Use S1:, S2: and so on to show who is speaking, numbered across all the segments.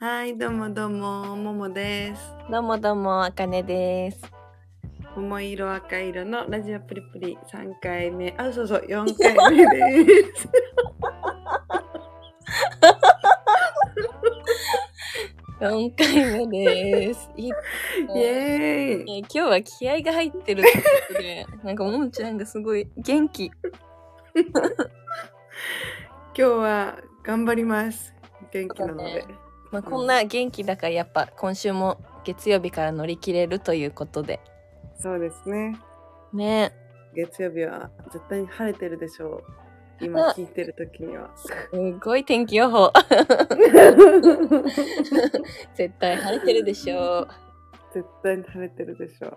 S1: はい、どうもどうも、ももです。
S2: どうもどうも、あかねです。
S1: 桃色赤色のラジオプリプリ三回目、あ、そうそう、四回目です。
S2: 四回目です。 いい
S1: イエーイ。
S2: 今日は気合が入ってるってことで、 なんかももちゃんがすごい元気。
S1: 今日は頑張ります。元気なので。
S2: まあ、こんな元気だからやっぱ今週も月曜日から乗り切れるということで
S1: そうですね
S2: ね
S1: 月曜日は絶対に晴れてるでしょう今聞いてる時には
S2: すごい天気予報 絶対晴れてるでしょ う
S1: 絶対に晴れてるでしょう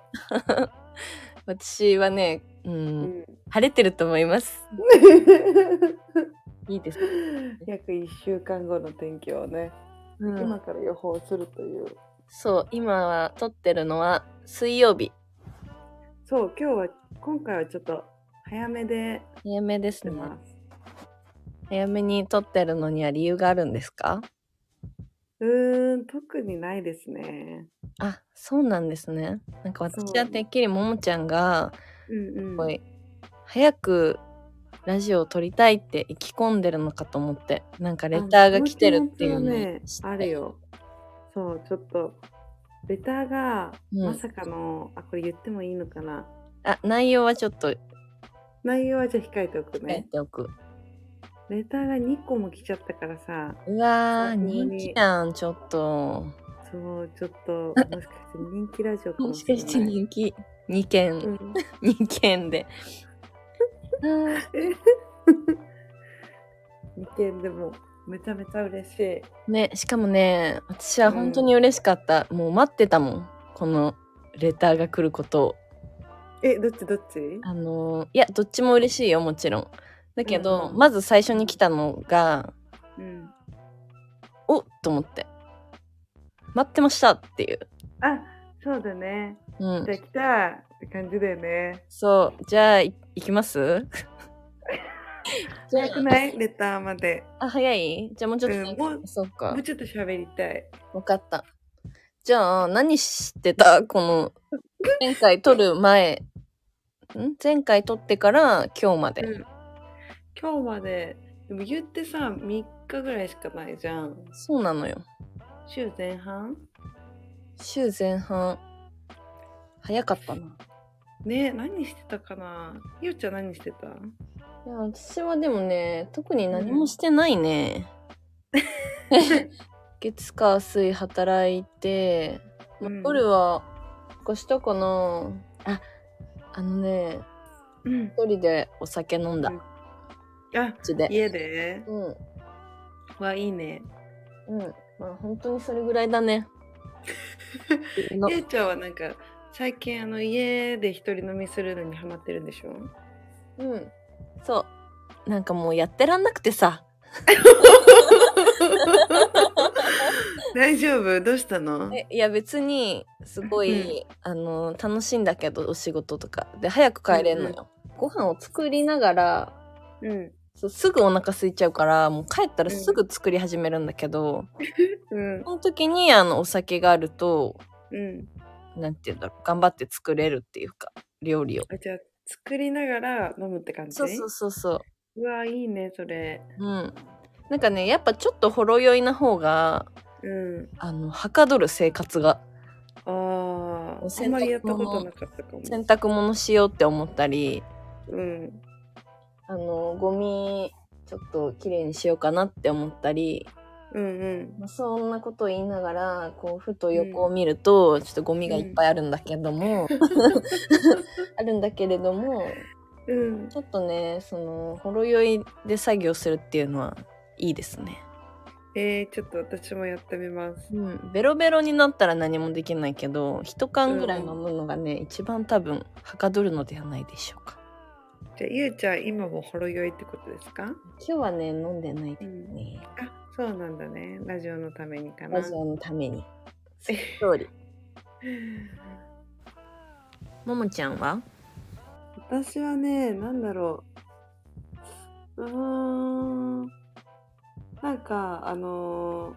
S2: 私はね、うん、うん、晴れてると思いますいいです
S1: 約1週間後の天気をねうん、今から予報するという
S2: そう今は撮ってるのは水曜日
S1: そう今日は今回はちょっと早めで
S2: 早めですね早めに撮ってるのには理由があるんですか
S1: うーん特にないですね
S2: あそうなんですねなんか私はてっきりももちゃんがすごい早くラジオを撮りたいって意気込んでるのかと思ってなんかレターが来てるっていう
S1: ねあるよそうちょっとレターが、うん、まさかのあこれ言ってもいいのかな
S2: あ内容はちょっと
S1: 内容はじゃあ控えておくね
S2: 控えておく
S1: レターが2個も来ちゃったからさ
S2: うわー人気やんちょっと
S1: そうちょっともしかして人気ラジオ
S2: かもしれないもしかして人気2件、うん、2件 で
S1: 見てでもめちゃめちゃ嬉し
S2: いねしかもね私は本当に嬉しかった、うん、もう待ってたもんこのレターが来ることを
S1: えどっちどっち
S2: あのいやどっちも嬉しいよもちろんだけど、うん、まず最初に来たのが、うん、おっと思って待ってましたっていう
S1: あそうだね、うん、じゃあ来たって感じだよね。
S2: そう、じゃあ、いきます
S1: 早くないレターまで。、
S2: あ、早いじゃあもうちょっと、うん
S1: もう、
S2: そうか。
S1: もうちょっと喋りたい。
S2: わかった。じゃあ、何してたこの、前回撮る前。ん前回撮ってから今日まで、うん、
S1: 今日まで、でも言ってさ、3日ぐらいしかないじゃん。
S2: そうなのよ。
S1: 週前半
S2: 週前半。早かったな。
S1: ね何してたかなゆうちゃん何して たい
S2: や私はでもね特に何もしてないね、うん、月火水働いて、まあ、夜は越したかな、うん、ああのね、うん、一人でお酒飲んだ、うん、
S1: あで家で
S2: うん
S1: はいいね
S2: うんまあ本当にそれぐらいだ ね
S1: ゆうちゃんはなんか最近あの家で一人飲みするのにハマってるんでしょ
S2: うんそうなんかもうやってらんなくてさ
S1: 大丈夫どうしたの
S2: いや別にすごい、うん、あの楽しいんだけどお仕事とかで早く帰れんのよ、うん、うん、ご飯を作りながら、
S1: うん、
S2: そうすぐお腹空いちゃうからもう帰ったらすぐ作り始めるんだけど、
S1: うん、
S2: その時にあのお酒があると、
S1: うん、
S2: なんて言うんだろう頑張って作れるっていうか料理を
S1: じゃあ作りながら飲むって感じ
S2: そうそうそうそう
S1: わいいねそれ
S2: うんなんかねやっぱちょっとほろ酔いな方が、
S1: うん、
S2: あのはかどる生活が
S1: ああんまりやったことなかったかも
S2: 洗濯物しようって思ったり
S1: うん
S2: あのゴミちょっときれいにしようかなって思ったり
S1: うんうん、
S2: そんなことを言いながらこうふと横を見ると、うん、ちょっとゴミがいっぱいあるんだけども、うん、 あるんだけれども、
S1: うん、
S2: ちょっとねそのほろ酔いで作業するっていうのはいいですね。
S1: えー、ちょっと私もやってみます、
S2: うん、ベロベロになったら何もできないけど一缶ぐらい飲むのがね、一番多分はかどるのではないでしょうか。
S1: じゃあゆうちゃん今もほろ酔いってことですか
S2: 今日はね飲んでないですね。
S1: あそうなんだね。ラジオのためにか
S2: な。ラジオのために。通 り。ももちゃんは
S1: 私はね、なんだろう。うーん。なんか、あの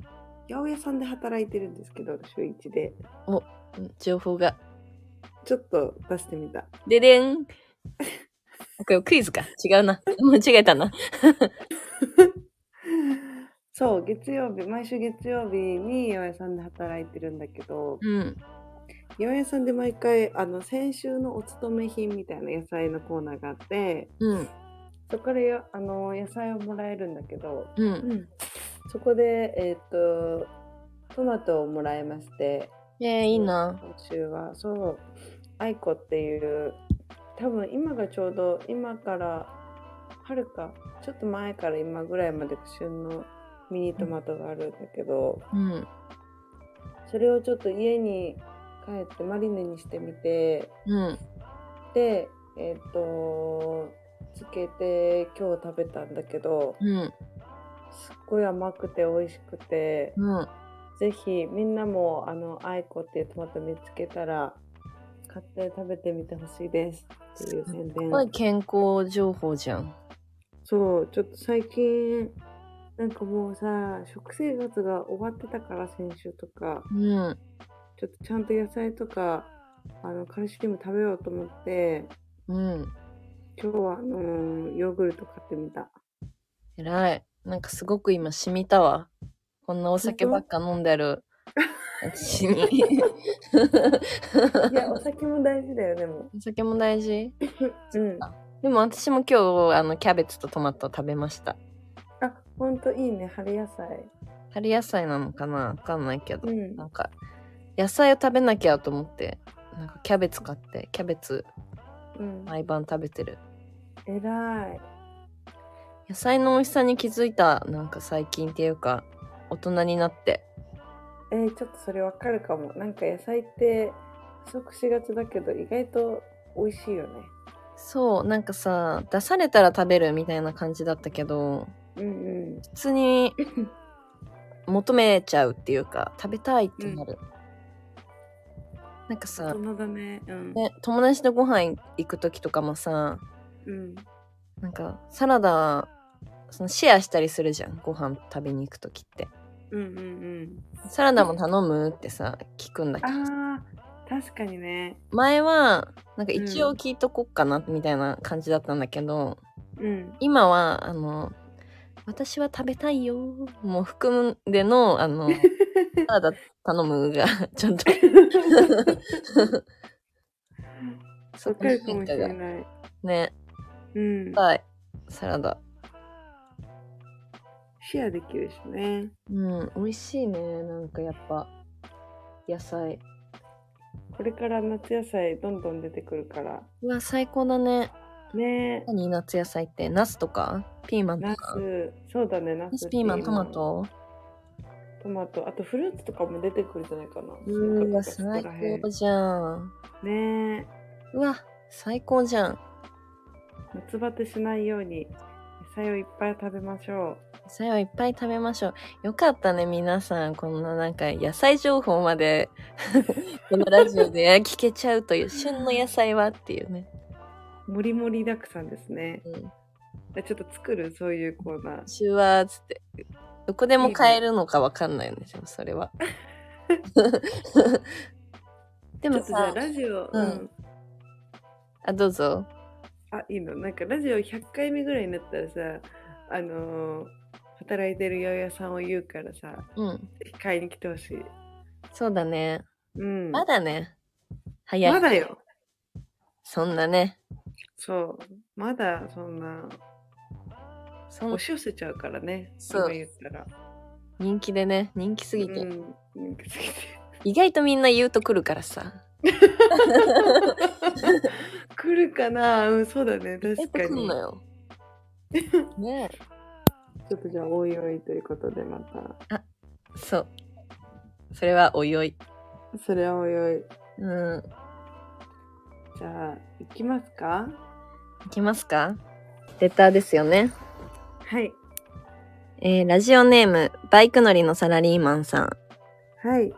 S1: ー、八百屋さんで働いてるんですけど、週一で。
S2: うん情報が。
S1: ちょっと出してみた。
S2: ででん。あこれクイズか。違うな。間違えたな。
S1: そう、月曜日、毎週月曜日に八百屋さんで働いてるんだけど、
S2: うん。
S1: 八百屋さんで毎回、あの、先週のお勤め品みたいな野菜のコーナーがあって、
S2: うん。
S1: そこからよあの野菜をもらえるんだけど、
S2: うん。
S1: そこで、えっと、トマトをもらいまして、
S2: えー、いいな。
S1: 今週はそうアイコっていう多分今がちょうど今から春かちょっと前から今ぐらいまで旬のミニトマトがあるんだけど
S2: うん。
S1: それをちょっと家に帰ってマリネにしてみて
S2: うん。
S1: でえっ、とつけて今日食べたんだけど
S2: うん。
S1: すっごい甘くて美味しくて
S2: うん。
S1: ぜひみんなもあのアイコっていうトマト見つけたら買って食べてみてほしいですっていう宣
S2: すご
S1: 伝
S2: い健康情報じゃん。
S1: そうちょっと最近なんかもうさ食生活が終わってたから先週とか
S2: うん。
S1: ちょっとちゃんと野菜とかあのカルシウム食べようと思って
S2: うん。
S1: 今日はあのーヨーグルト買ってみ た
S2: 偉い。なんかすごく今染みたわ。こんなお酒ばっか飲んで る。私に。
S1: いやお酒も大事だよねも
S2: お酒も大事
S1: ううん
S2: でも私も今日、あの、キャベツとトマトを食べました。
S1: あほんといいね春野菜
S2: 春野菜なのかなわかんないけど。
S1: ん
S2: なんか、野菜を食べなきゃと思って、なんかキャベツ買って、キャベツ
S1: うん
S2: 毎晩食べてる。
S1: えらい
S2: 野菜の美味しさに気づいた、なんか最近っていうか、大人になって。
S1: えー、ちょっとそれわかるかもなんか野菜って不足しがちだけど意外と美味しいよね
S2: そう、なんかさ、出されたら食べるみたいな感じだったけど、
S1: うんうん
S2: 普通に求めちゃうっていうか、食べたいってなる。なんかさ、
S1: 人だねうん
S2: ね、友達とご飯行く時とかもさ、
S1: うん
S2: なんかサラダ、そのシェアしたりするじゃん、ご飯食べに行く時って。
S1: うんうん
S2: サラダも頼むってさ、聞くんだ
S1: うん
S2: けど。
S1: あー確かにね
S2: 前は、なんか
S1: うん
S2: 一応聞いとこっかな、みたいな感じだったんだけど、
S1: うん
S2: 今は、あの、私は食べたいよ、もう含んでの、あの、サラダ頼むが、 ちょっと、そ
S1: わ
S2: っ
S1: かるかもしれない
S2: ね、
S1: うん
S2: はい、サラダ。
S1: シェアできるしね
S2: うん、美味しいね、なんかやっぱ、野菜。
S1: これから夏野菜どんどん出てくるから
S2: うわ、最高だね。
S1: ね
S2: 何夏野菜って、ナスとかピーマンと
S1: ナ
S2: か。
S1: スそうだねナ
S2: ナ
S1: ス
S2: ス、ピーマン、トマト。
S1: トマトあとフルーツとかも出てくるんじゃないかな
S2: うわ、
S1: 収穫とか
S2: 最
S1: そこら辺
S2: 高じゃん。
S1: ねえ
S2: うわ、最高じゃん。
S1: 夏バテしないように野菜をいっぱい食べましょ
S2: 野菜をいっぱい食べましょう。よかったね、皆さん。こんななんか野菜情報まで、 このラジオで聞けちゃうという、旬の野菜はっていうね。
S1: うもりもりだくさんですね
S2: うん。
S1: えちょっと作るそういうコーナー
S2: 週は、つって。どこでも買えるのかわかんないんですよ、そ れは。
S1: ち
S2: で
S1: ょ
S2: も
S1: っとじゃあ
S2: さ、
S1: ラジオ、
S2: うんあ、どうぞ。
S1: あいいのなんかラジオ100回目ぐらいになったらさあのー働いてる八百屋さんを言うからさ
S2: うん。
S1: ぜひ買いに来てほしい
S2: そうだね。
S1: うん
S2: まだね。早い。
S1: まだよ
S2: そんなね。
S1: そうまだそんな
S2: そん
S1: 押し寄せちゃうからね
S2: そう
S1: 今言ったら
S2: 人気でね、人気すぎて。
S1: うん人気すぎて
S2: 意外とみんな言うと来るからさ。
S1: 来るかなうんそうだね
S2: 意
S1: 確
S2: 外
S1: か
S2: と来
S1: に
S2: んの よ。ねえ。
S1: ちょっとじゃあ、おいおいということで、また。
S2: そう。それはおいおい。
S1: それはおいおい。
S2: うん。
S1: じゃあ、行きますか
S2: いきますかレターですよね。
S1: はい。
S2: えーラジオネーム、バイク乗りのサラリーマンさん。
S1: はい。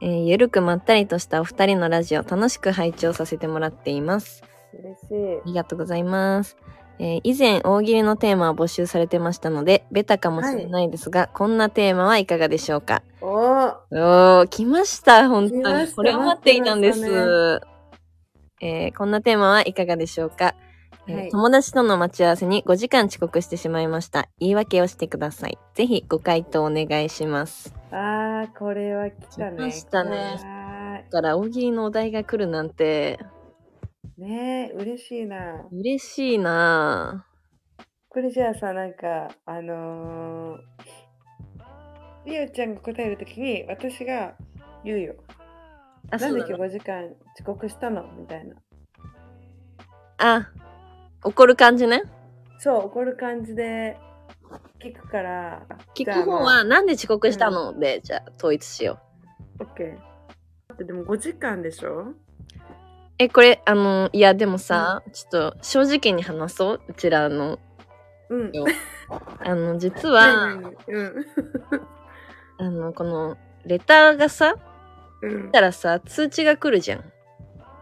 S2: えーゆるくまったりとしたお二人のラジオ楽しく拝聴させてもらっています。
S1: 嬉しい
S2: あ。りがとうございます。えー以前大喜利のテーマを募集されてましたので、ベタかもしれないですが、こんなテーマはいかがでしょうか
S1: おー
S2: おー、来ました、本
S1: 来
S2: 当
S1: ま
S2: に。
S1: した
S2: これを待っていたんで
S1: 待ってまし
S2: す。えーこんなテーマはいかがでしょうか、えー
S1: はい
S2: 友達との待ち合わせに5時間遅刻してしまいました。言い訳をしてください。ぜひご回答お願いします。
S1: あー、これは来たね。
S2: 来ましたね
S1: は
S2: だから、大喜利のお題が来るなんて、
S1: ーいねえ、嬉しいな。
S2: 嬉しいな
S1: これじゃあさ、なんか、あのー、りおちゃんが答えるときに、私が言うよ。
S2: ぁあ、
S1: な
S2: そ
S1: ん
S2: う
S1: で
S2: だ
S1: 今日
S2: な
S1: 5時間遅刻したのみたいな。
S2: あ、怒る感じね。
S1: そう、怒る感じで聞くから。
S2: 聞
S1: じゃ
S2: く
S1: あもう
S2: 方は、、なんで遅刻したの、で、じゃあ、統一しよう。
S1: オッケー。だってでも5時間でしょ
S2: え、これ、あの、いや、でもさ、ちょっと、正直に話そう。うちらの
S1: うん。
S2: よあの実 は
S1: 何うん。
S2: あのこのレターがさ
S1: うん
S2: 来。たらさ通知が来るじゃん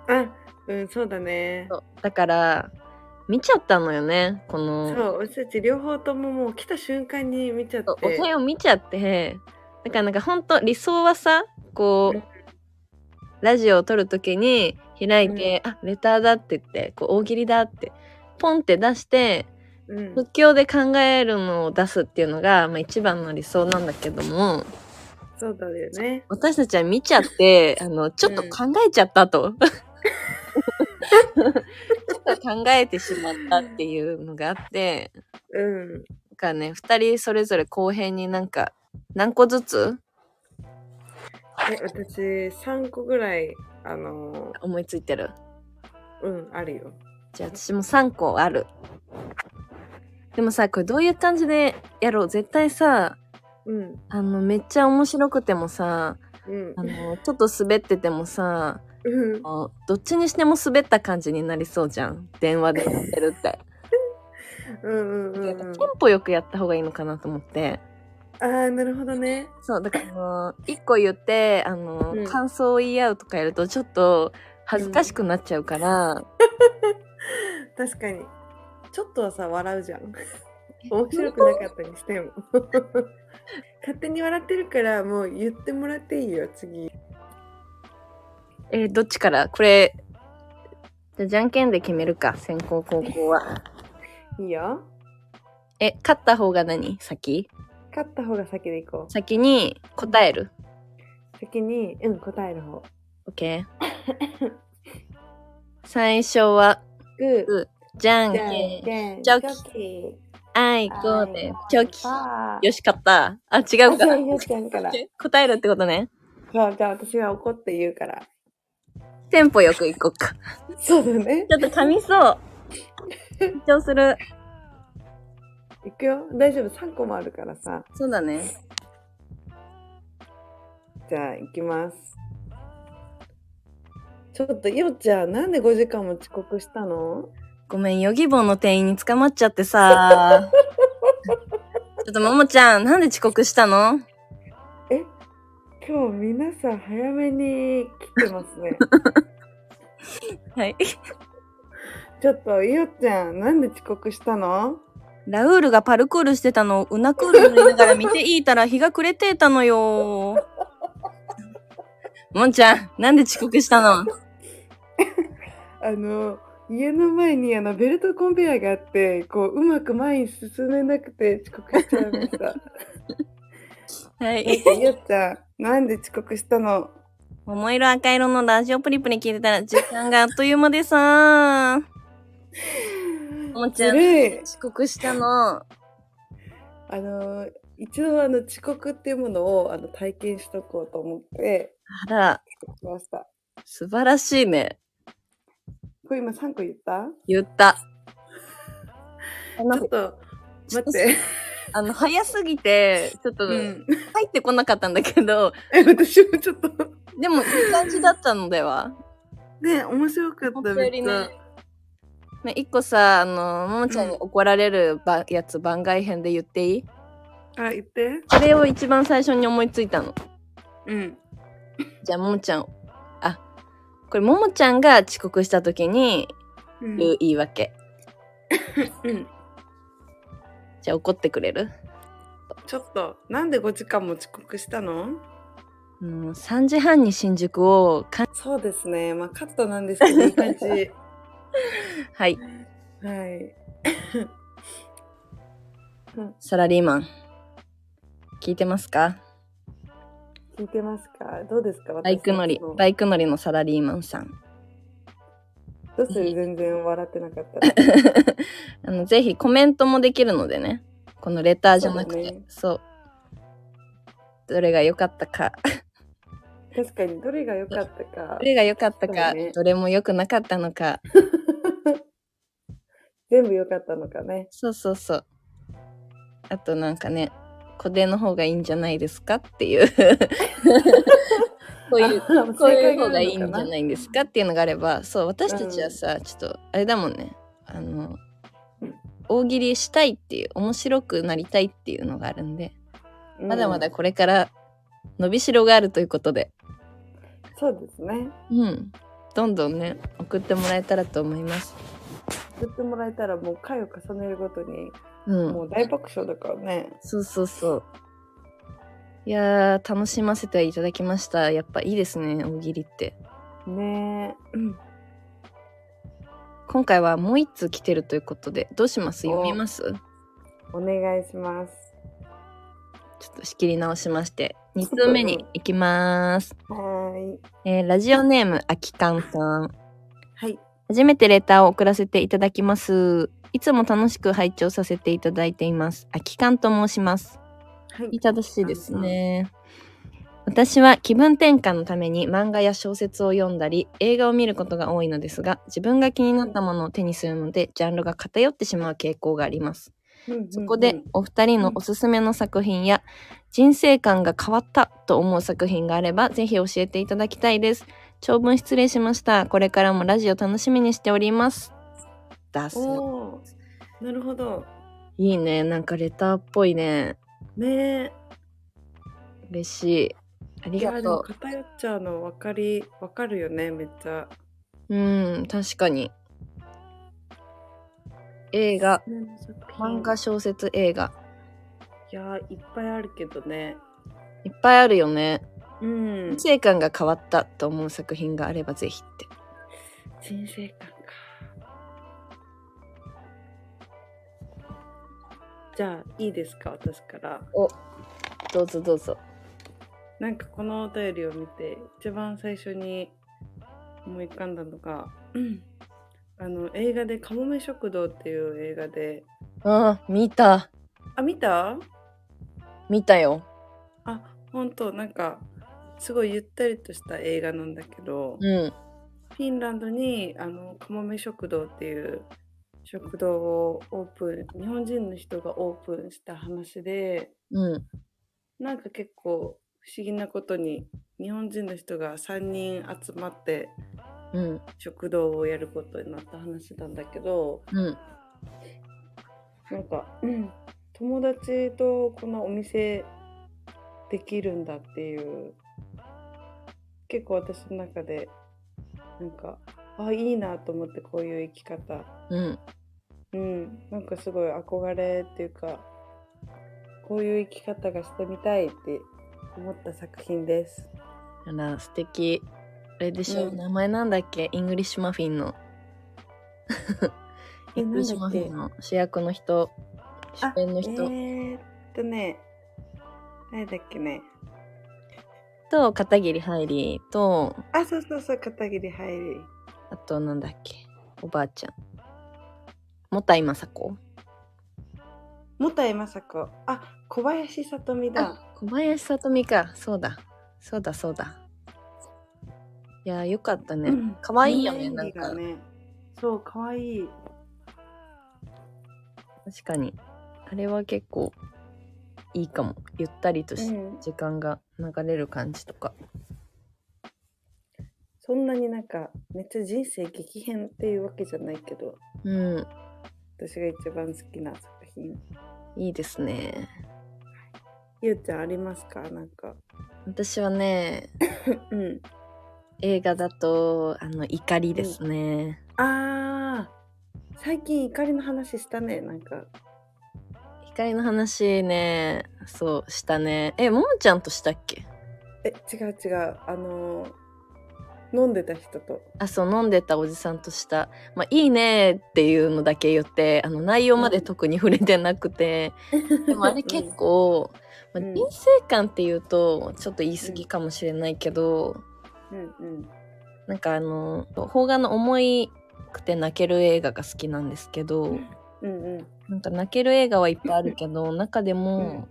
S1: あ、うん、そうだね。
S2: そうだから見ちゃったのよねこの
S1: そう、私たち両方とももう来た瞬間に見ちゃって
S2: そう。お題を見ちゃってだからなんかほんと理想はさこ
S1: う
S2: うんラジオを撮る時に開いて、あレターだって言ってこう大喜利だってポンって出して
S1: うん。
S2: 即興で考えるのを出すっていうのが、まあ、一番の理想なんだけども
S1: そうだよね。
S2: 私たちは見ちゃって、あの、ちょっ
S1: う
S2: と
S1: ん
S2: 考えちゃったと。 ちょっと考えてしまったっていうのがあって、
S1: うん。
S2: だからね、二人それぞれ後編になんか、何個ずつ
S1: え、私、3個ぐらい、あの
S2: 思いついてる。
S1: ー、うん、あるよ。
S2: じゃあ私も3個ある。でもさ、これどういう感じでやろう絶対さ、
S1: うん。
S2: あの、めっちゃ面白くてもさ、
S1: うん
S2: あ。の、ちょっと滑っててもさ、
S1: うん
S2: あのどっちにしても滑った感じになりそうじゃん。電話でやってるって。
S1: うんうんう
S2: やっ
S1: ん
S2: ぱ
S1: うん。
S2: テンポよくやった方がいいのかなと思って。
S1: あー、なるほどね。
S2: そう、だから、あの、一個言って、あの、
S1: うん
S2: 感想を言い合うとかやると、ちょっと恥ずかしくなっちゃうから、
S1: 確かに。ちょっとはさ、笑うじゃん。面白くなかったにしても。 勝手に笑ってるから、もう言ってもらっていいよ、次。
S2: えーどっちからこれ、じゃあじゃんけんで決めるか、先行後攻は。
S1: いいよ。
S2: え、勝った方が何先
S1: 勝った方が先でいこ
S2: 先に答える。
S1: う。先に、うん、答える方。
S2: OK。最初は、
S1: グ
S2: グじゃ
S1: ー、
S2: ん
S1: じゃん
S2: けん、
S1: けん、
S2: チョキ
S1: キ、
S2: あいこで、チョキ。
S1: パー。
S2: よし、勝った。あ、違う
S1: あじゃ
S2: か
S1: あ、。よっちゃんから。そ
S2: OK 答えるってことね。
S1: う、じゃあ私は怒って言うから。
S2: テンポよく行こうか。
S1: そうだね。
S2: ちょっと噛みそう。緊張する。
S1: いくよ。大丈夫、3個もあるからさ。
S2: そうだね。
S1: じゃあ、行きます。ちょっと、よっちゃん、なんで5時間も遅刻したの
S2: ごめん、ヨギボーの店員に捕まっちゃって さ。ちょっとももちゃん、なんで遅刻したの
S1: え今日皆さん早めに来てます ね。
S2: はい。
S1: ちょっと、いおちゃん、なんで遅刻したの
S2: ラウールがパルクールしてたのをうなクールになりながら見ていいたら日が暮れてたのよ。もんちゃん、なんで遅刻したの
S1: あの、家の前にあのベルトコンベヤーがあって、こう、うまく前に進めなくて遅刻しちゃいま した。
S2: はい。
S1: いおちゃん、なんで遅刻したの
S2: 桃色赤色のラジオプリプリ聞いてたら時間があっという間でさ。もんちゃ
S1: ず
S2: ん、
S1: るい。
S2: 遅刻したの。
S1: あの、一度あの遅刻っていうものをあの体験しとこうと思って
S2: あら、
S1: 来ました。
S2: 素晴らしいね。
S1: これ今3個言った
S2: 言った。
S1: ちょっと、
S2: ちょ
S1: 待
S2: っと
S1: って。
S2: あの、早すぎて、ちょっと、入
S1: ん。
S2: ってこなかったんだけど、
S1: え、私もちょっと。
S2: でも、いい感じだったのでは。
S1: ね、面白かった。
S2: 本当よりね
S1: めっちゃ。
S2: ね、一個さ、あの、ももちゃんに
S1: うん
S2: 怒られるば、やつ番外編で言っていい
S1: あ、言って。
S2: それを一番最初に思いついたの。
S1: うん。
S2: じゃあ、ももちゃん、あ、これ、ももちゃんが遅刻した時に
S1: うん
S2: 言う言い訳。
S1: うん
S2: じゃあ怒ってくれる
S1: ちょっとなんで5時間も遅刻したの
S2: うん、3時半に新宿を、か
S1: そうですねまあカットなんですけどいい感じはい
S2: はい、サラリーマン。聞いてますか
S1: 聞いてますかどうですか
S2: バイク乗り
S1: 私、の
S2: バイク乗りのサラリーマンさん。
S1: どうする全然笑ってなかったら
S2: あのぜひコメントもできるのでねこのレターじゃなくて
S1: そう
S2: そ
S1: だ
S2: う,、
S1: ね
S2: どれが良かった か
S1: 確かにどれが良かったか
S2: どれが良かったか、
S1: そうね
S2: どれも良くなかったのか
S1: 全部良かったのかね
S2: そうそうそうあとなんかね固定の方がいいんじゃないですかって いう こういう
S1: あ
S2: こういう方がいいんじ
S1: 正解があ
S2: ゃ
S1: るのか
S2: ないんですかっていうのがあればそう私たちはさ、ちょっとあれだもんねあの
S1: うん
S2: 大喜利したいっていう面白くなりたいっていうのがあるんで
S1: うん
S2: まだまだこれから伸びしろがあるということで、
S1: そうですね
S2: うん、どんどんね送ってもらえたらと思います。
S1: 送ってもらえたらもう回を重ねるごとに
S2: うん、
S1: もう大爆笑だからね
S2: そうそうそう。いやー楽しませていただきました。やっぱいいですね大喜利って。
S1: ねえうん
S2: 今回はもう一通来てるということでどうします
S1: お
S2: 読みますちょ
S1: お願いします
S2: っと仕切り直しまして2通目に行きます。
S1: はーい
S2: えーラジオネームあきかんさん。
S1: はい
S2: 初めてレターを送らせていただきます。いつも楽しく拝聴させていただいています。あきかんと申します。
S1: はい
S2: いただしいですね。私は気分転換のために漫画や小説を読んだり映画を見ることが多いのですが自分が気になったものを手にするのでジャンルが偏ってしまう傾向がありま
S1: う
S2: す。
S1: んうんうん
S2: そこでお二人のおすすめの作品や人生観が変わったと思う作品があればぜひ教えていただきたいです。長文失礼しました。これからもラジオ楽しみにしております。だそう。
S1: おーなるほど
S2: いいね。なんかレターっぽいね。
S1: ねえ
S2: 嬉しい。あり
S1: いや
S2: が
S1: で
S2: と
S1: も
S2: う。
S1: 偏っちゃうの分かり分かるよねめっちゃ
S2: うん、確かに。映画、漫画、
S1: い
S2: 小説、映画。
S1: やいっぱいあるけどね
S2: いっぱいあるよね。
S1: うん
S2: 人生観が変わったと思う作品があればぜひって。
S1: 人生観かじゃあいいですか私から
S2: どうぞどうぞ。
S1: なんかこのお便りを見て一番最初に思い浮かんだのが、 うんあの映画で「かもめ食堂」っていう映画で
S2: ああ、見た。
S1: あ見た
S2: 見たよ。
S1: あ本当なんかすごいゆったりとした映画なんだけど、
S2: うん。
S1: フィンランドにあのかもめ食堂っていう食堂をオープン日本人の人がオープンした話で
S2: うん。
S1: なんか結構不思議なことに日本人の人が3人集まって
S2: うん。
S1: 食堂をやることになった話なんだけど
S2: うん。
S1: なんか、うん友達とこのお店できるんだっていう結構私の中でなんかあいいなと思ってこういう生き方
S2: うん。
S1: うんなんかすごい憧れっていうかこういう生き方がしてみたいって思った作品です
S2: あら、素敵。あれでしょ、
S1: うん
S2: 名前なんだっけイングリッシュマフィンの。イ
S1: え
S2: ングリッシュマフィンの主役の人、主演の
S1: え
S2: 人
S1: ー、っとね誰だっけね
S2: と片桐はいりと、
S1: あそうそうそう片桐入り
S2: あとなんだっけおばあちゃん。もたいまさこ
S1: もたいまさこあ小林さとみだ
S2: 小林さとみか。そうだ。そうだそうだ。いやーよかったね。かわいいよね、
S1: うん
S2: なんか。
S1: 演技がねそうかわいい
S2: 確かに。あれは結構いいかも。ゆったりとし
S1: うん
S2: 時間が流れる感じとか。
S1: そんなになんかめっちゃ人生激変っていうわけじゃないけど
S2: うん。
S1: 私が一番好きな作品
S2: いいですね。
S1: ゆうちゃんありますかなんか
S2: 私はね、
S1: うん
S2: 映画だと、あの、怒りですね。
S1: あ最近怒りの話したねなんか
S2: 光の話ね、そう、したね。え、ももちゃんとしたっけ
S1: え違う違うあのー飲んでた人と
S2: あ、そう、飲んでたおじさんとした。まあ、いいねっていうのだけ言って、あの、内容まで特に触れてなくて。でもあれ結構、ま
S1: う
S2: あ、
S1: ん
S2: 人生観っていうと、ちょっと言い過ぎかもしれないけど、
S1: うんうん
S2: なんかあの、邦画の重いくて泣ける映画が好きなんですけど、
S1: うんうん
S2: なんか泣ける映画はいっぱいあるけど、中でも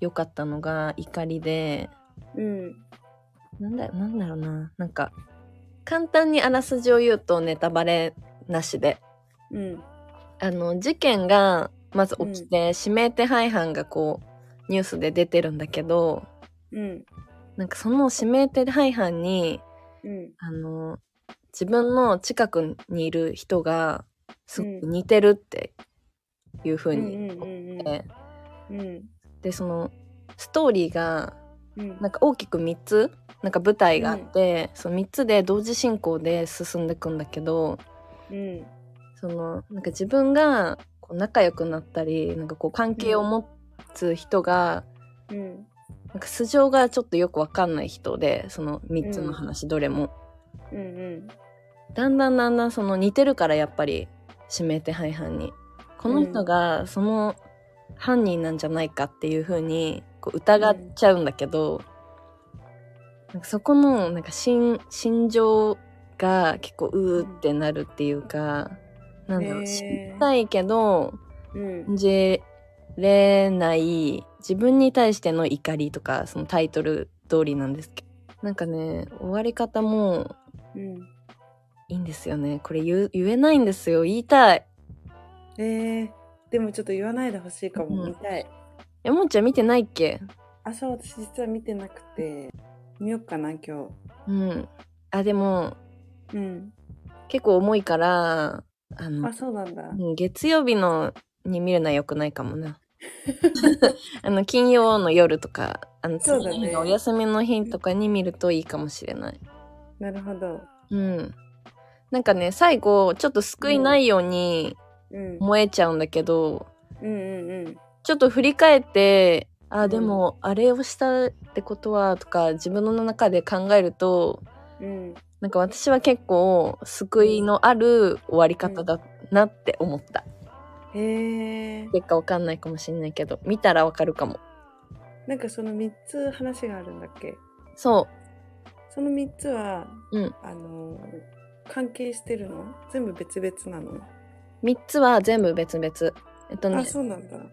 S2: 良かったのが怒りで、
S1: うん
S2: なんだなんだろうななんか簡単にあらすじを言うとネタバレなしで
S1: うん
S2: あの事件がまず起きて、指名手配犯がこうニュースで出てるんだけど
S1: うん
S2: なんかその指名手配犯に
S1: うん
S2: あの自分の近くにいる人がすごく
S1: うん
S2: 似てるっていう風
S1: うん
S2: に
S1: うんうん
S2: 思って、
S1: うん
S2: でそのストーリーが
S1: うん
S2: なんか大きく3つなんか舞台があって、その3つで同時進行で進んでいくんだけど
S1: うん
S2: そのなんか自分がこう仲良くなったりなんかこう関係を持つ人が、
S1: うん
S2: なんか素性がちょっとよくわかんない人でその3つの話どれも、
S1: うんうん
S2: だんだんだんだんその似てるからやっぱり指名手配犯にこの人がその犯人なんじゃないかっていう風にこう疑っちゃうんだけど、なんかそこのなんか心心情が結構うーってなるっていうか、なんだろ
S1: へ
S2: う
S1: ー
S2: 知りたいけど
S1: うん
S2: 信じれない自分に対しての怒りとかそのタイトル通りなんですけどなんかね終わり方も
S1: うん
S2: いいんですよね。これ言う言えないんですよ。言いたい。
S1: えー、でもちょっと言わないでほしいかも、
S2: うん
S1: 見たい
S2: 山本ちゃん見てないっけ
S1: 朝私実は見てなくて見よっかな今
S2: うん。あ、でも、
S1: 日うん
S2: 結構重いから、あの、
S1: あそうなんだ
S2: うん月曜日のに見るのは良くないかもな。 あの、金曜の夜とか、あの、
S1: そうだね
S2: 次の日のお休みの日とかに見るといいかもしれない。
S1: なるほど
S2: うん。なんかね、最後、ちょっと救いないように
S1: うんうん
S2: 燃えちゃうんだけど、
S1: うんうん
S2: ちょっと振り返って
S1: う
S2: あー
S1: ん
S2: でもあれをしたってことはとか自分の中で考えると
S1: うん
S2: なんか私は結構救いのある終わり方だなって思った
S1: へえ
S2: 結果わかんないかもしれないけど見たらわかるかも
S1: なんかその3つ話があるんだっけ
S2: そ
S1: その3つは、
S2: うん
S1: あの関係してるの全部別々なの、
S2: う3つは全部別々えっとね
S1: あ
S2: そ
S1: そうなんだ
S2: う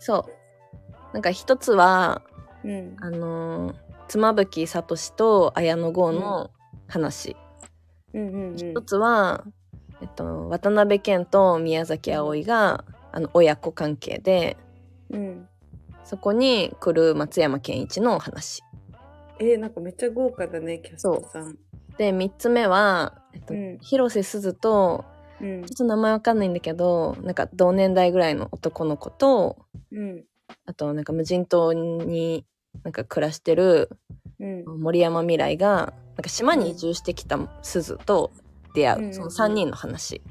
S2: なんか1つは
S1: うん
S2: あのー妻夫木聡と綾野剛の話、
S1: うんうんうん
S2: 一つは、えっと、渡辺謙と宮崎あおいがあの親子関係で
S1: うん
S2: そこに来る松山ケンイチの話
S1: えー、なんかめっちゃ豪華だねキャストさん
S2: で3つ目は、えっと
S1: うん
S2: 広瀬すずと
S1: うん
S2: ちょっと名前わかんないんだけどなんか同年代ぐらいの男の子と
S1: うん
S2: あとなんか無人島になんか暮らしてる
S1: うん
S2: 森山未来がなんか島に移住してきたすずと出会う、
S1: うん
S2: その3人の話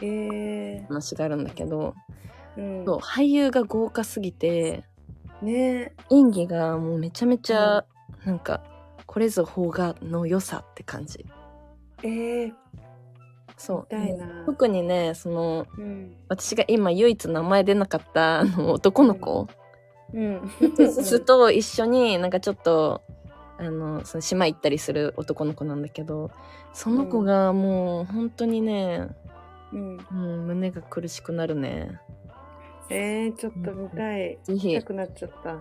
S1: えー
S2: 話があるんだけど、
S1: うん
S2: そう俳優が豪華すぎて
S1: ね
S2: 演技がもうめちゃめちゃ、なんかこれぞ邦画の良さって感じ
S1: えー、
S2: そう
S1: 見たいな
S2: 特にねその
S1: うん
S2: 私が今唯一名前出なかったあの男の子
S1: うん
S2: ずっと一緒になんかちょっとあのその島行ったりする男の子なんだけどその子がもう本当にね、
S1: うん
S2: うん、胸が苦しくなるね
S1: えー、ちょっと見たい
S2: ぜ
S1: 見
S2: ひ
S1: たくなっちゃった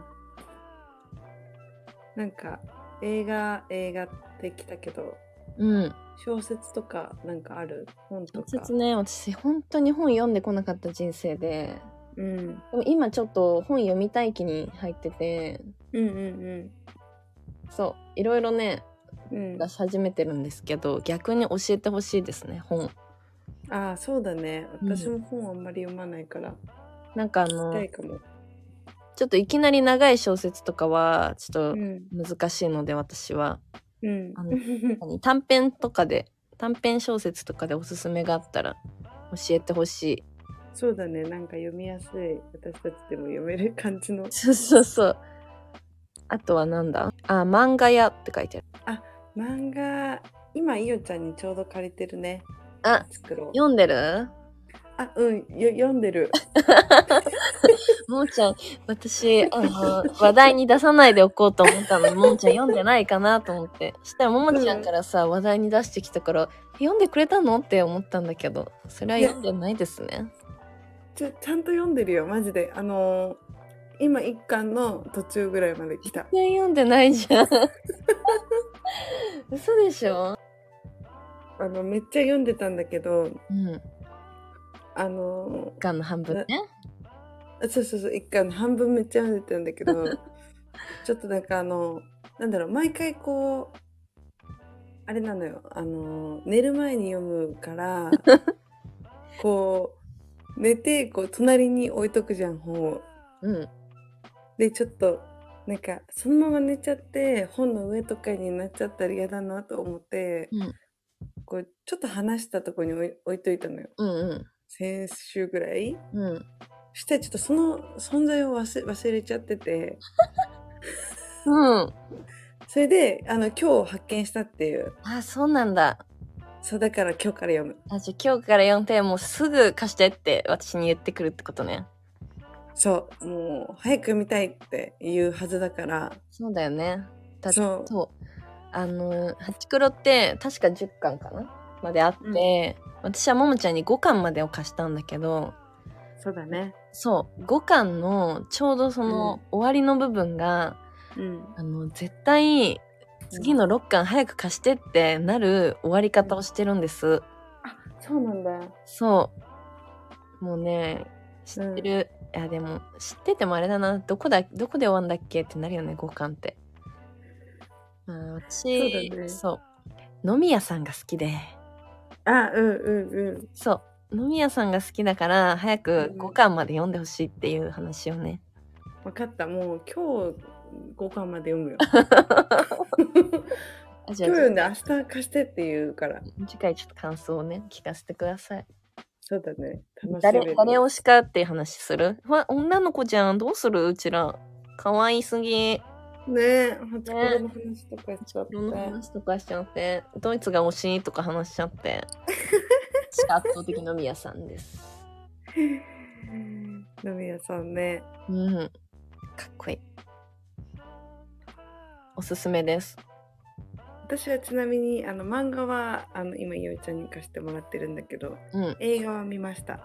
S1: なんか映画映画ってきたけど
S2: うん
S1: 小説とかなんかある本と
S2: 直
S1: か
S2: 接ね私本当に本読んでこなかった人生で
S1: うん
S2: でも今ちょっと本読みたい気に入ってて
S1: うんうん
S2: そういろいろね
S1: うんうん
S2: 出し始めてるんですけど逆に教えてほしいですね本
S1: ああそうだね
S2: うん
S1: 私も本あんまり読まないから
S2: なんかあ
S1: 見
S2: の
S1: たいかも
S2: ちょっといきなり長い小説とかはちょ
S1: う
S2: っと
S1: ん
S2: 難しいので私は
S1: うん
S2: あの何短編とかで短編小説とかでおすすめがあったら教えてほしい
S1: そうだね、なんか読みやすい。私たちでも読める感じの。
S2: そうそうそう。あとはなんだあ、漫画屋って書いてある。
S1: 漫画、今、いよちゃんにちょうど借りてるね。
S2: あ、
S1: 作ろう。
S2: 読んでる
S1: あ、うん、よ読んでる。
S2: もーちゃん、私、あの、話題に出さないでおこうと思ったのに、もーちゃん読んでないかなと思って。そしたら、ももちゃんからさ、話題に出してきたから、読んでくれたのって思ったんだけど、それは読んでないですね。
S1: ちょちゃんと読んでるよ、マジで。あのー今、一巻の途中ぐらいまで来た。
S2: 全然読んでないじゃん。 嘘でしょ
S1: あの、めっちゃ読んでたんだけど、
S2: うん。
S1: あの
S2: がんの半分ね。
S1: ーそうそうそう、一巻の半分めっちゃ読んでたんだけ ど、ちょっとなんかあの、なんだろう、毎回こう、あれなのよ、あのー、寝る前に読む から、こう、寝て、こう、隣に置いとくじゃん、本を。
S2: うん。
S1: でちょっとなんかそのまま寝ちゃって本の上とかになっちゃったら嫌だなと思って、
S2: うん
S1: こうちょっと離したとこに置い置いといたのよ
S2: うん
S1: 先週ぐらい
S2: うん。うん。
S1: してちょっとその存在を忘れ忘れちゃってて
S2: うん。
S1: それであの今日発見したっていう
S2: あ、そうなんだ。
S1: そうだから今日から読む
S2: あ、じゃあ今日から読んで、もうすぐ貸してって私に言ってくるってことね。
S1: そうもう早く読みたいって言うはずだから
S2: そうだよね。だ
S1: そう
S2: そう。あの、ハチクロって確か10巻かなまであって、私はももちゃんに5巻までを貸したんだけど、
S1: そうだね
S2: そう、5巻のちょうどその終わりの部分が、
S1: うん
S2: あの、絶対次の6巻早く貸してってなる終わり方をしてるんです。
S1: そうなんだ
S2: そう。もうね、知ってる。いや、でも、知っててもあれだな。どこだ、どこで終わんだっけってなるよね、五感って。まあ、私
S1: そうだね
S2: そう。飲み屋さんが好きで。
S1: あうんうんうん
S2: そう。飲み屋さんが好きだから、早く
S1: うん
S2: 五巻まで読んでほしいっていう話をね。
S1: 分かったもう今日5巻まで読む よ
S2: あじゃ
S1: 今日読んで
S2: あ、
S1: 明日貸してって言うから
S2: 次回ちょっと感想をね、聞かせてください。
S1: そうだね楽しみ
S2: 誰、誰推しかっていう話するわ、女の子じゃん。どうするうちら。可愛すぎ。
S1: ねえ初恋の話とかしちゃっ
S2: いろんな
S1: て、
S2: 話とかしちゃって、ドイツが推しとか話しちゃって、 しか圧倒的飲み屋さんです。
S1: 飲み屋さんね
S2: うん。かっこいい。おすすめです。
S1: 私はちなみにあの漫画はあの今ゆうちゃんに貸してもらってるんだけど
S2: うん。
S1: 映画は見ました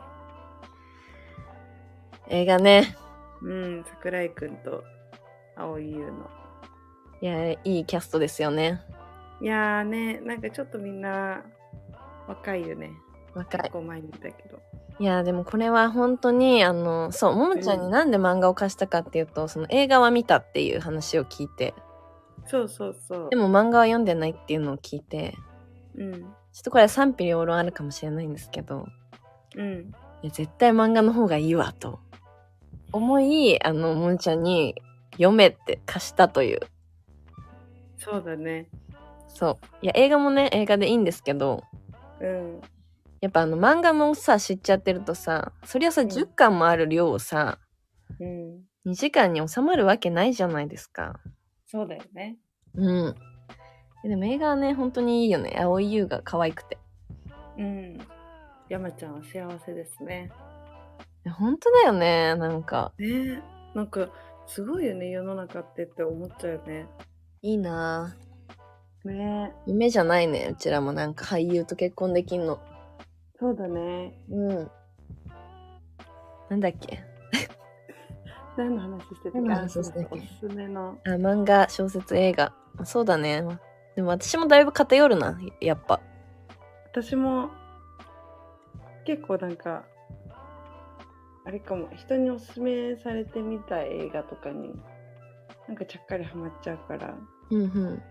S2: 映画ね。
S1: うん桜井くんと蒼井優の
S2: いや、いいキャストですよね。
S1: いやーねなんかちょっとみんな若いよね
S2: 若
S1: 結
S2: い。
S1: 構前に見たけど、
S2: いや、でもこれは本当に、あの、そう、ももちゃんになんで漫画を貸したかっていうと、その映画は見たっていう話を聞いて、
S1: そうそうそう
S2: でも漫画は読んでないっていうのを聞いて、
S1: うん
S2: ちょっとこれは賛否両論あるかもしれないんですけど、
S1: うん
S2: いや絶対漫画の方がいいわと思いあのもんちゃんに読めって貸したという
S1: そうだね
S2: そういや映画もね映画でいいんですけど
S1: うん
S2: やっぱあの漫画もさ知っちゃってるとさそりゃさ
S1: うん
S2: 10巻もある量をさ
S1: うん
S2: 2時間に収まるわけないじゃないですか
S1: そうだよね
S2: うんでも映画はね本当にいいよね蒼井優が可愛くて
S1: うん山ちゃんは幸せですね
S2: いや本当だよねなんか
S1: ねえなんかすごいよね世の中ってって思っちゃうよね
S2: いいなぁ
S1: ね
S2: 夢じゃないねうちらもなんか俳優と結婚できんの
S1: そうだね
S2: うんなんだっけ
S1: 何の話してた
S2: 何の
S1: か
S2: 話してたっけ
S1: おすすめの
S2: あ漫画小説映画そうだねでも私もだいぶ偏るなやっぱ
S1: 私も結構なんかあれかも人におすすめされてみた映画とかになんかちゃっかりハマっちゃうから
S2: うんうん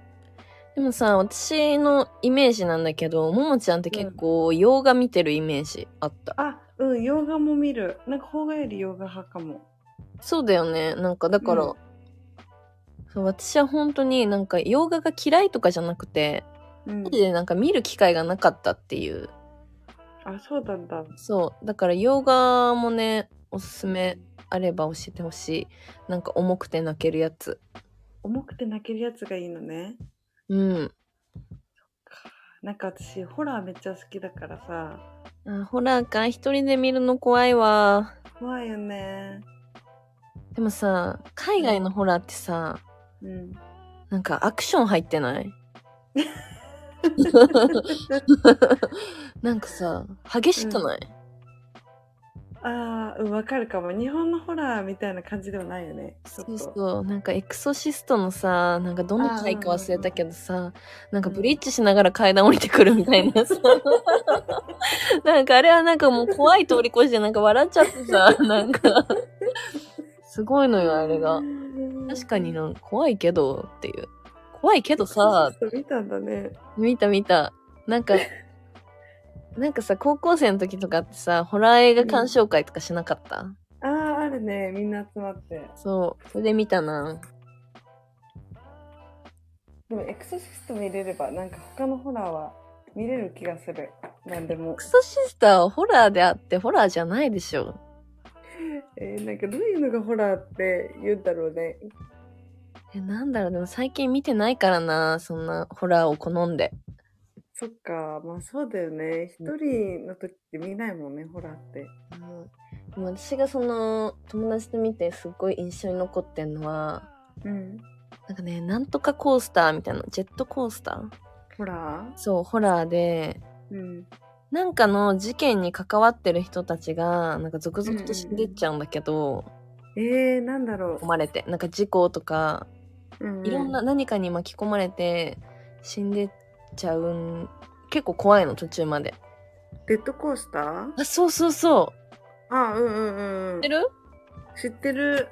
S2: でもさ私のイメージなんだけどももちゃんって結構洋画見てるイメージあった、
S1: あうん洋画も見るなんか邦画より洋画派かも
S2: そうだよねなんかだから、
S1: うん
S2: そう私は本当になんか洋画が嫌いとかじゃなくて
S1: うん
S2: マジでなんか見る機会がなかったっていう
S1: あ、そうなんだ。
S2: そう。だから、洋画もね、おすすめあれば教えてほしい。なんか重くて泣けるやつ。
S1: 重くて泣けるやつがいいのね。
S2: うん。
S1: なんか私、ホラーめっちゃ好きだからさ、
S2: あ、ホラーか。一人で見るの怖いわ。
S1: 怖いよね。
S2: でもさ、海外のホラーってさ、
S1: うん。
S2: なんかアクション入ってない なんかさ、激しくない、
S1: ああ、うん、わかるかも。日本のホラーみたいな感じではないよね。ちょっ
S2: そ
S1: と。
S2: うそうなんかエクソシストのさなんかどの回か忘れたけどさなんかブリッジしながら階段降りてくるみたいなさなんかあれはなんかもう怖い通り越してなんか笑っちゃってさなんかすごいのよあれが確かになんか怖いけどっていう怖いけどさ
S1: そう見たんだね。
S2: 見た見たなんかなんかさ高校生の時とかってさホラー映画鑑賞会とかしなかった、
S1: ああ、あるね。みんな集まって。
S2: そうそれで見たな
S1: でも、エクソシスト見れれば、なんか他のホラーは見れる気がする。なんでも
S2: エク。ソシスターはホラーであってホラーじゃないでしょ。
S1: えー、なんかどういうのがホラーって言うんだろうね。
S2: え、なんだろう、でも最近見てないからな、そんなホラーを好んで。
S1: そっか、まあそうだよね。一人の時って見ないもんね、ホラーって。
S2: でも私がその友達と見てすっごい印象に残ってんのは、
S1: うん。
S2: なんかね、なんとかコースターみたいな、ジェットコースター
S1: ホラー
S2: そう、ホラーで、
S1: うん。
S2: なんかの事件に関わってる人たちが、なんか続々と死んでっちゃうんだけど、
S1: えー、なんだろ
S2: 込まれて、なんか事故とか、
S1: う。うん
S2: いろんな。何かに巻き込まれて死んでっちゃうん結構怖いの途中まで
S1: デッドコースター
S2: あそうそうそう
S1: あ、うんうんうん
S2: 知って。る
S1: 知ってる。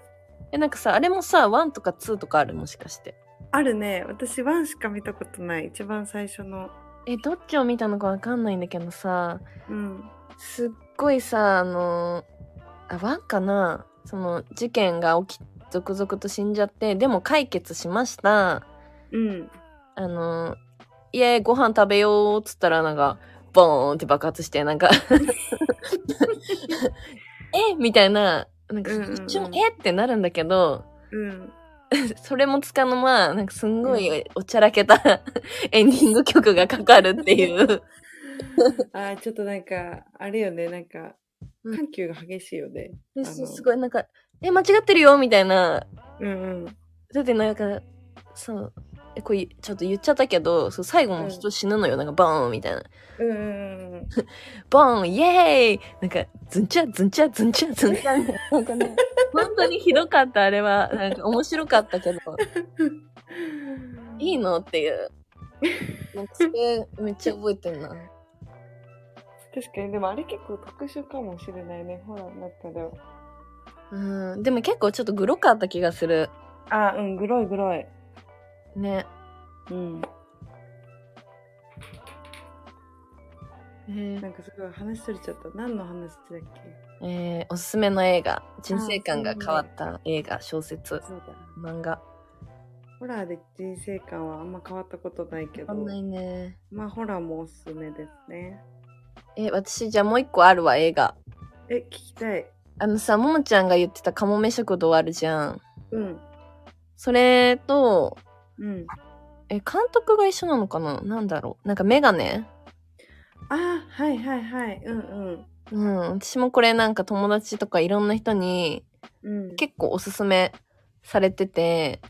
S2: えなんかさあれもさ1とか2とかあるもしかして
S1: あるね。私、ワンしか見たことない。一番最初の。
S2: えどっちを見たのかわかんないんだけどさ
S1: うん。
S2: すっごいさあのあ1かなその事件が起き続々と死んじゃってでも解決しました
S1: うん。
S2: あのいえご飯食べようっつったらなんかボーンって爆発してなんか えみたいな、なんか
S1: うんうんうん
S2: 一瞬、えってなるんだけど、
S1: うん。
S2: それもつかの間、なんかすんごいおちゃらけた エンディング曲がかかるっていう。
S1: あー、ちょっとなんか、あれよね。なんか、
S2: うん
S1: 緩急が激しいよね。あ
S2: で
S1: の
S2: すすごいなんか、え、間違ってるよみたいな。
S1: うんうん。
S2: だってなんか、そう、えこれちょっと言っちゃったけど、そう最後も人死ぬのよ。なんかバーンみたいな。
S1: うんうんうん。
S2: ボーンイエーイなんか、ズンチャズンチャズンチャズンチャみたいな。なんかね、本当にひどかった、あれは。なんか面白かったけ ど。いいのっていう。なんかそれめっちゃ覚えてんな。
S1: 確かに、でもあれ結構特殊かもしれないね。ホラーの中では。
S2: うん。でも結構ちょっとグロかった気がする。
S1: あー、うん。グロいグロい。
S2: ね。
S1: うん。
S2: え
S1: なんかすごい話取れちゃった。何の話だっけ
S2: ーおすすめの映画。人生観が変わった映画、小説、
S1: そうだ。
S2: 漫画。
S1: ホラーで人生観はあんま変わったことないけ
S2: わか
S1: ど、
S2: んないね。
S1: まあホラーもおすすめですね。
S2: え、私じゃあもう一個あるわ、映画。
S1: え、聞きたい。
S2: あのさ、ももちゃんが言ってたカモメ食堂あるじゃん。
S1: うん。
S2: それと、
S1: うん。
S2: え、監督が一緒なのかななんだろうなんかメガネ
S1: あ、はいはいはい。うん
S2: うん。私もこれなんか友達とかいろんな人に
S1: うん。うん。
S2: 結構おすすめされてて、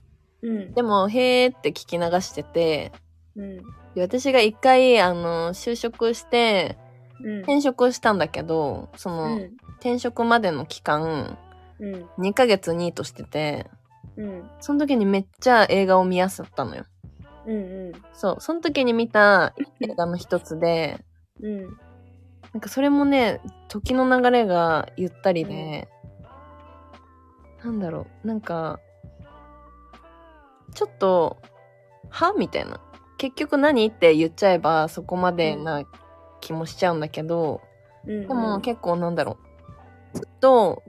S1: うん。
S2: でも、へーって聞き流してて、
S1: うん。
S2: で私が一回、あの、就職して、
S1: うん。
S2: 転職をしたんだけど、そうの、
S1: ん。
S2: 転職までの期間、
S1: うん。
S2: 2ヶ月ニートしてて、
S1: うん。
S2: その時にめっちゃ映画を見やすかったのよ。
S1: うん。
S2: そう、その時に見た映画の一つで、
S1: うん。
S2: なんかそれもね、時の流れがゆったりで、なんだろう、なんか、ちょっと、はみたいな。結局何って言っちゃえばそこまでな気もしちゃうんだけど、
S1: うん。
S2: でも結構なんだろう。ずっと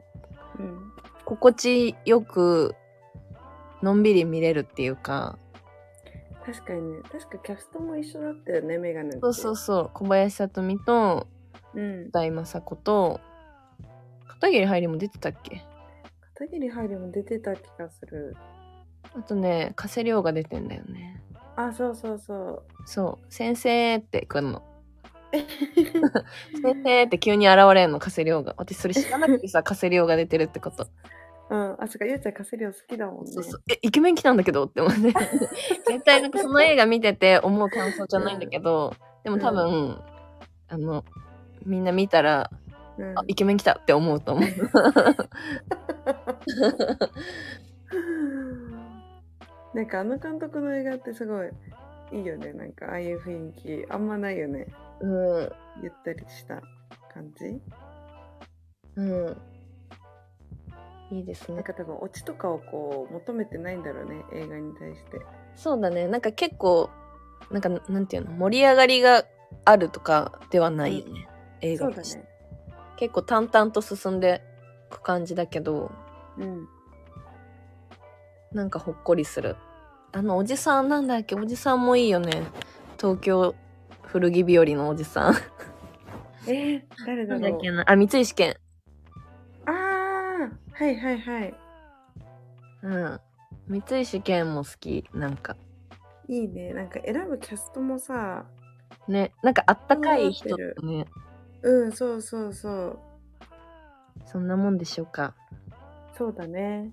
S1: うん。
S2: 心地よく、のんびり見れるっていうか、
S1: 確かにね。確かキャストも一緒だったよね、メガネ。
S2: そうそうそう、小林さとみと、
S1: うん。
S2: 大雅子と片桐はいりも出てたっけ
S1: 片桐入りも出てた気がする。
S2: あとね加瀬亮が出てんだよね
S1: あ、そうそうそう。
S2: そう「先生」って来るの「先生」って急に現れんの加瀬亮が私それ知らなくて さ加瀬亮が出てるってこと
S1: うん。あ、そっか、ゆうちゃんカセリオ好きだもんね。
S2: そうそうえイケメン来たんだけどって思って 絶対なんかその映画見てて思う感想じゃないんだけどでも多分、あのみんな見たら
S1: うん
S2: あイケメン来たって思うと思う
S1: なんかあの監督の映画ってすごいいいよね。なんかああいう雰囲気あんまないよね。
S2: うん
S1: ゆったりした感じ。
S2: うんいいです
S1: な
S2: ね
S1: んか多分オチとかをこう求めてないんだろうね。映画に対して。
S2: そうだねなんか結構なんかなんていうの盛り上がりがあるとかではないよね、映
S1: そ
S2: 画
S1: うだ
S2: として、
S1: ね。
S2: 結構淡々と進んでいく感じだけど
S1: うん。
S2: なんかほっこりするあのおじさんなんだっけおじさんもいいよね東京古着日和のおじさん
S1: えー、誰だ
S2: なんだ
S1: ろ
S2: っ
S1: う
S2: けな あ三井試験
S1: ああはいはいはい。
S2: うん三井試験も好きなんか
S1: いいね。なんか選ぶキャストもさ、
S2: ねなんかあったかい人
S1: そ
S2: と
S1: うなってる
S2: ね
S1: うん、そうそうそう。
S2: そんなもんでしょうか
S1: そうだね。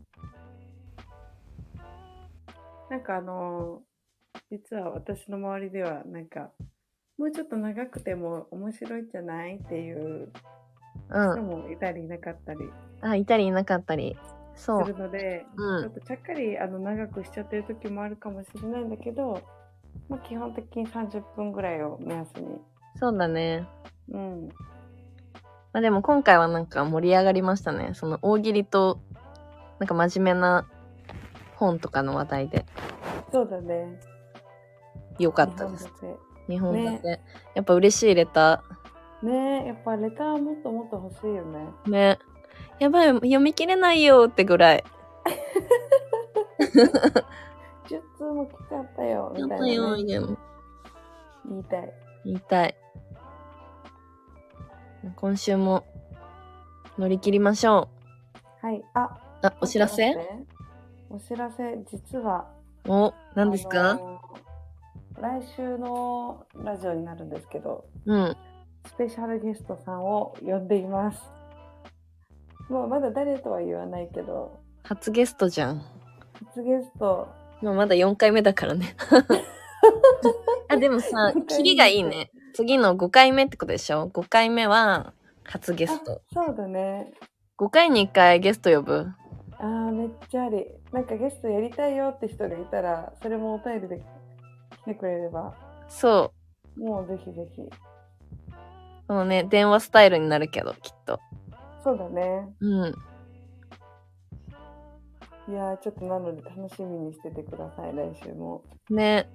S1: なんかあのー実は私の周りではなんかもうちょっと長くても面白いんじゃないっていう
S2: う
S1: 人
S2: ん
S1: もいたりいなかったり
S2: あいたりいなかったりそう
S1: するので、
S2: うん
S1: ちょっとちゃっかりあの長くしちゃってる時もあるかもしれないんだけど、まあ、基本的に30分ぐらいを目安に。
S2: そうだね。
S1: うん、
S2: まあでも今回はなんか盛り上がりましたね。その大喜利と、なんか真面目な本とかの話題で
S1: そうだね。
S2: 良かったです。
S1: 日本語
S2: 日本
S1: ね
S2: 語で。やっぱ嬉しいレタ
S1: でねえやっぱレターもっともっと欲しいよね。
S2: ー。ね。やばい、読み切れないよってぐらい。
S1: 10通も来ちゃったよみ
S2: や
S1: た
S2: ば
S1: い
S2: い
S1: な、
S2: よ、
S1: ね、
S2: みた
S1: 言いた
S2: いな。
S1: い。
S2: 言いたい。今週も乗り切りましょ
S1: はい、あ、
S2: う。あ、お知らせ
S1: 待ってお知らせ、実は。
S2: お、何です
S1: あ
S2: か
S1: のー来週のラジオになるんですけど、
S2: うん。
S1: スペシャルゲストさんを呼んでいます。もうまだ誰とは言わないけど、
S2: 初ゲストじゃん。
S1: 初ゲスト、
S2: まあ、まだ4回目だか らね。あでもさ
S1: 四回目、
S2: キリがいいね。次の5回目ってことでしょ ?5 回目は初ゲスト。
S1: そうだね。
S2: 5回に1回ゲスト呼ぶ。
S1: あー、めっちゃあり。なんかゲストやりたいよって人がいたら、それもお便りで来てくれれば、
S2: そ
S1: もうぜひぜひ。
S2: う。もうね、電話スタイルになるけど、きっと。
S1: そうだね。
S2: うん。
S1: いやー、ちょっとなので楽しみにしててください、来週も。
S2: ね。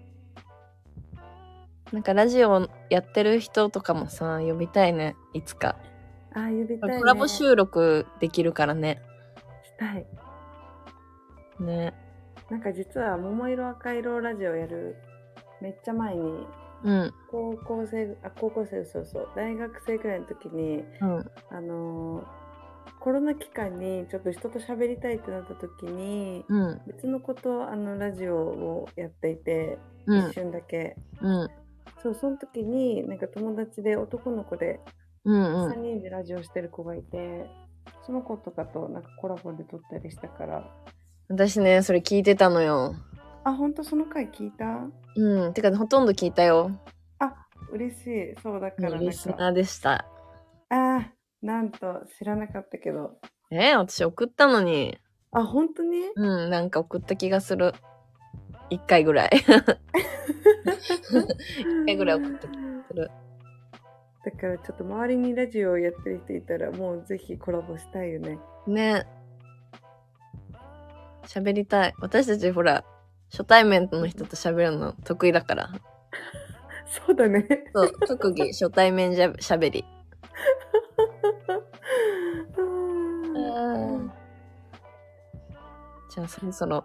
S2: なんかラジオやってる人とかもさ、呼びたいね。いつか。
S1: あー、呼びたい、ね。
S2: コラボ収録できるからね。
S1: したい。
S2: ね。
S1: なんか実は桃色赤色ラジオやるめっちゃ前に
S2: うん。
S1: 高校生あ高校生そうそう大学生くらいの時に
S2: うん。
S1: あのーコロナ期間にちょっと人と喋りたいってなった時に
S2: うん。
S1: 別のことあのラジオをやっていて、
S2: うん
S1: 一。瞬だけ
S2: うん。
S1: そうその時になんか友達で男の子で
S2: うん。う
S1: 3
S2: ん。
S1: 人でラジオしてる子がいて、その子とかとなんかコラボで撮ったりしたから
S2: 私ね、それ聞いてたのよ。
S1: あ本当その回聞いた
S2: うん、てかほとんど聞いたよ。
S1: あ嬉しいそうだからなん
S2: リス
S1: か
S2: ナーでした。
S1: ああ、なんと知らなかったけど。
S2: えー私送ったのに。
S1: あ、本当に
S2: うん、なんか送った気がする。一回ぐらい。 一回ぐらい送った気がす
S1: だ
S2: る。
S1: からちょっと周りにラジオをやってる人いたらもうぜひコラボしたいよね。
S2: ね。喋りたい。私たちほら、初対面の人と喋るの得意だから。
S1: そうだね。
S2: そう、特技、初対面じゃ喋り。
S1: うん
S2: じゃあそろそろ。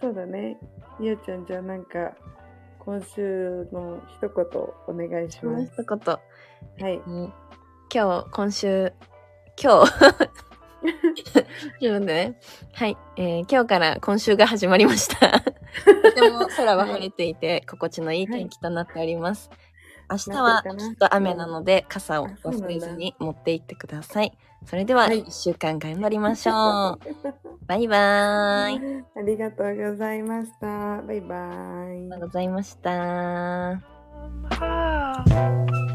S1: そうだね。ゆうちゃんじゃあなんか今週の一言お願いし
S2: も
S1: ま
S2: う
S1: す
S2: 一。言。
S1: はい。
S2: うん今日、今週、今 日。ちょっと待ってね。はい、えー今日から今週が始まりま した。とても空は晴れていて、心地のいい天気となっております。明日は
S1: なってるか
S2: き
S1: な
S2: っと雨なので、傘を
S1: あそうなんだ
S2: 忘れずに持って行ってください。それでは、
S1: はい
S2: 1週間頑張りましょ う。バイバーイ。あり
S1: ありがとうございました。バイバイ
S2: がとう。ございました。
S3: Ah.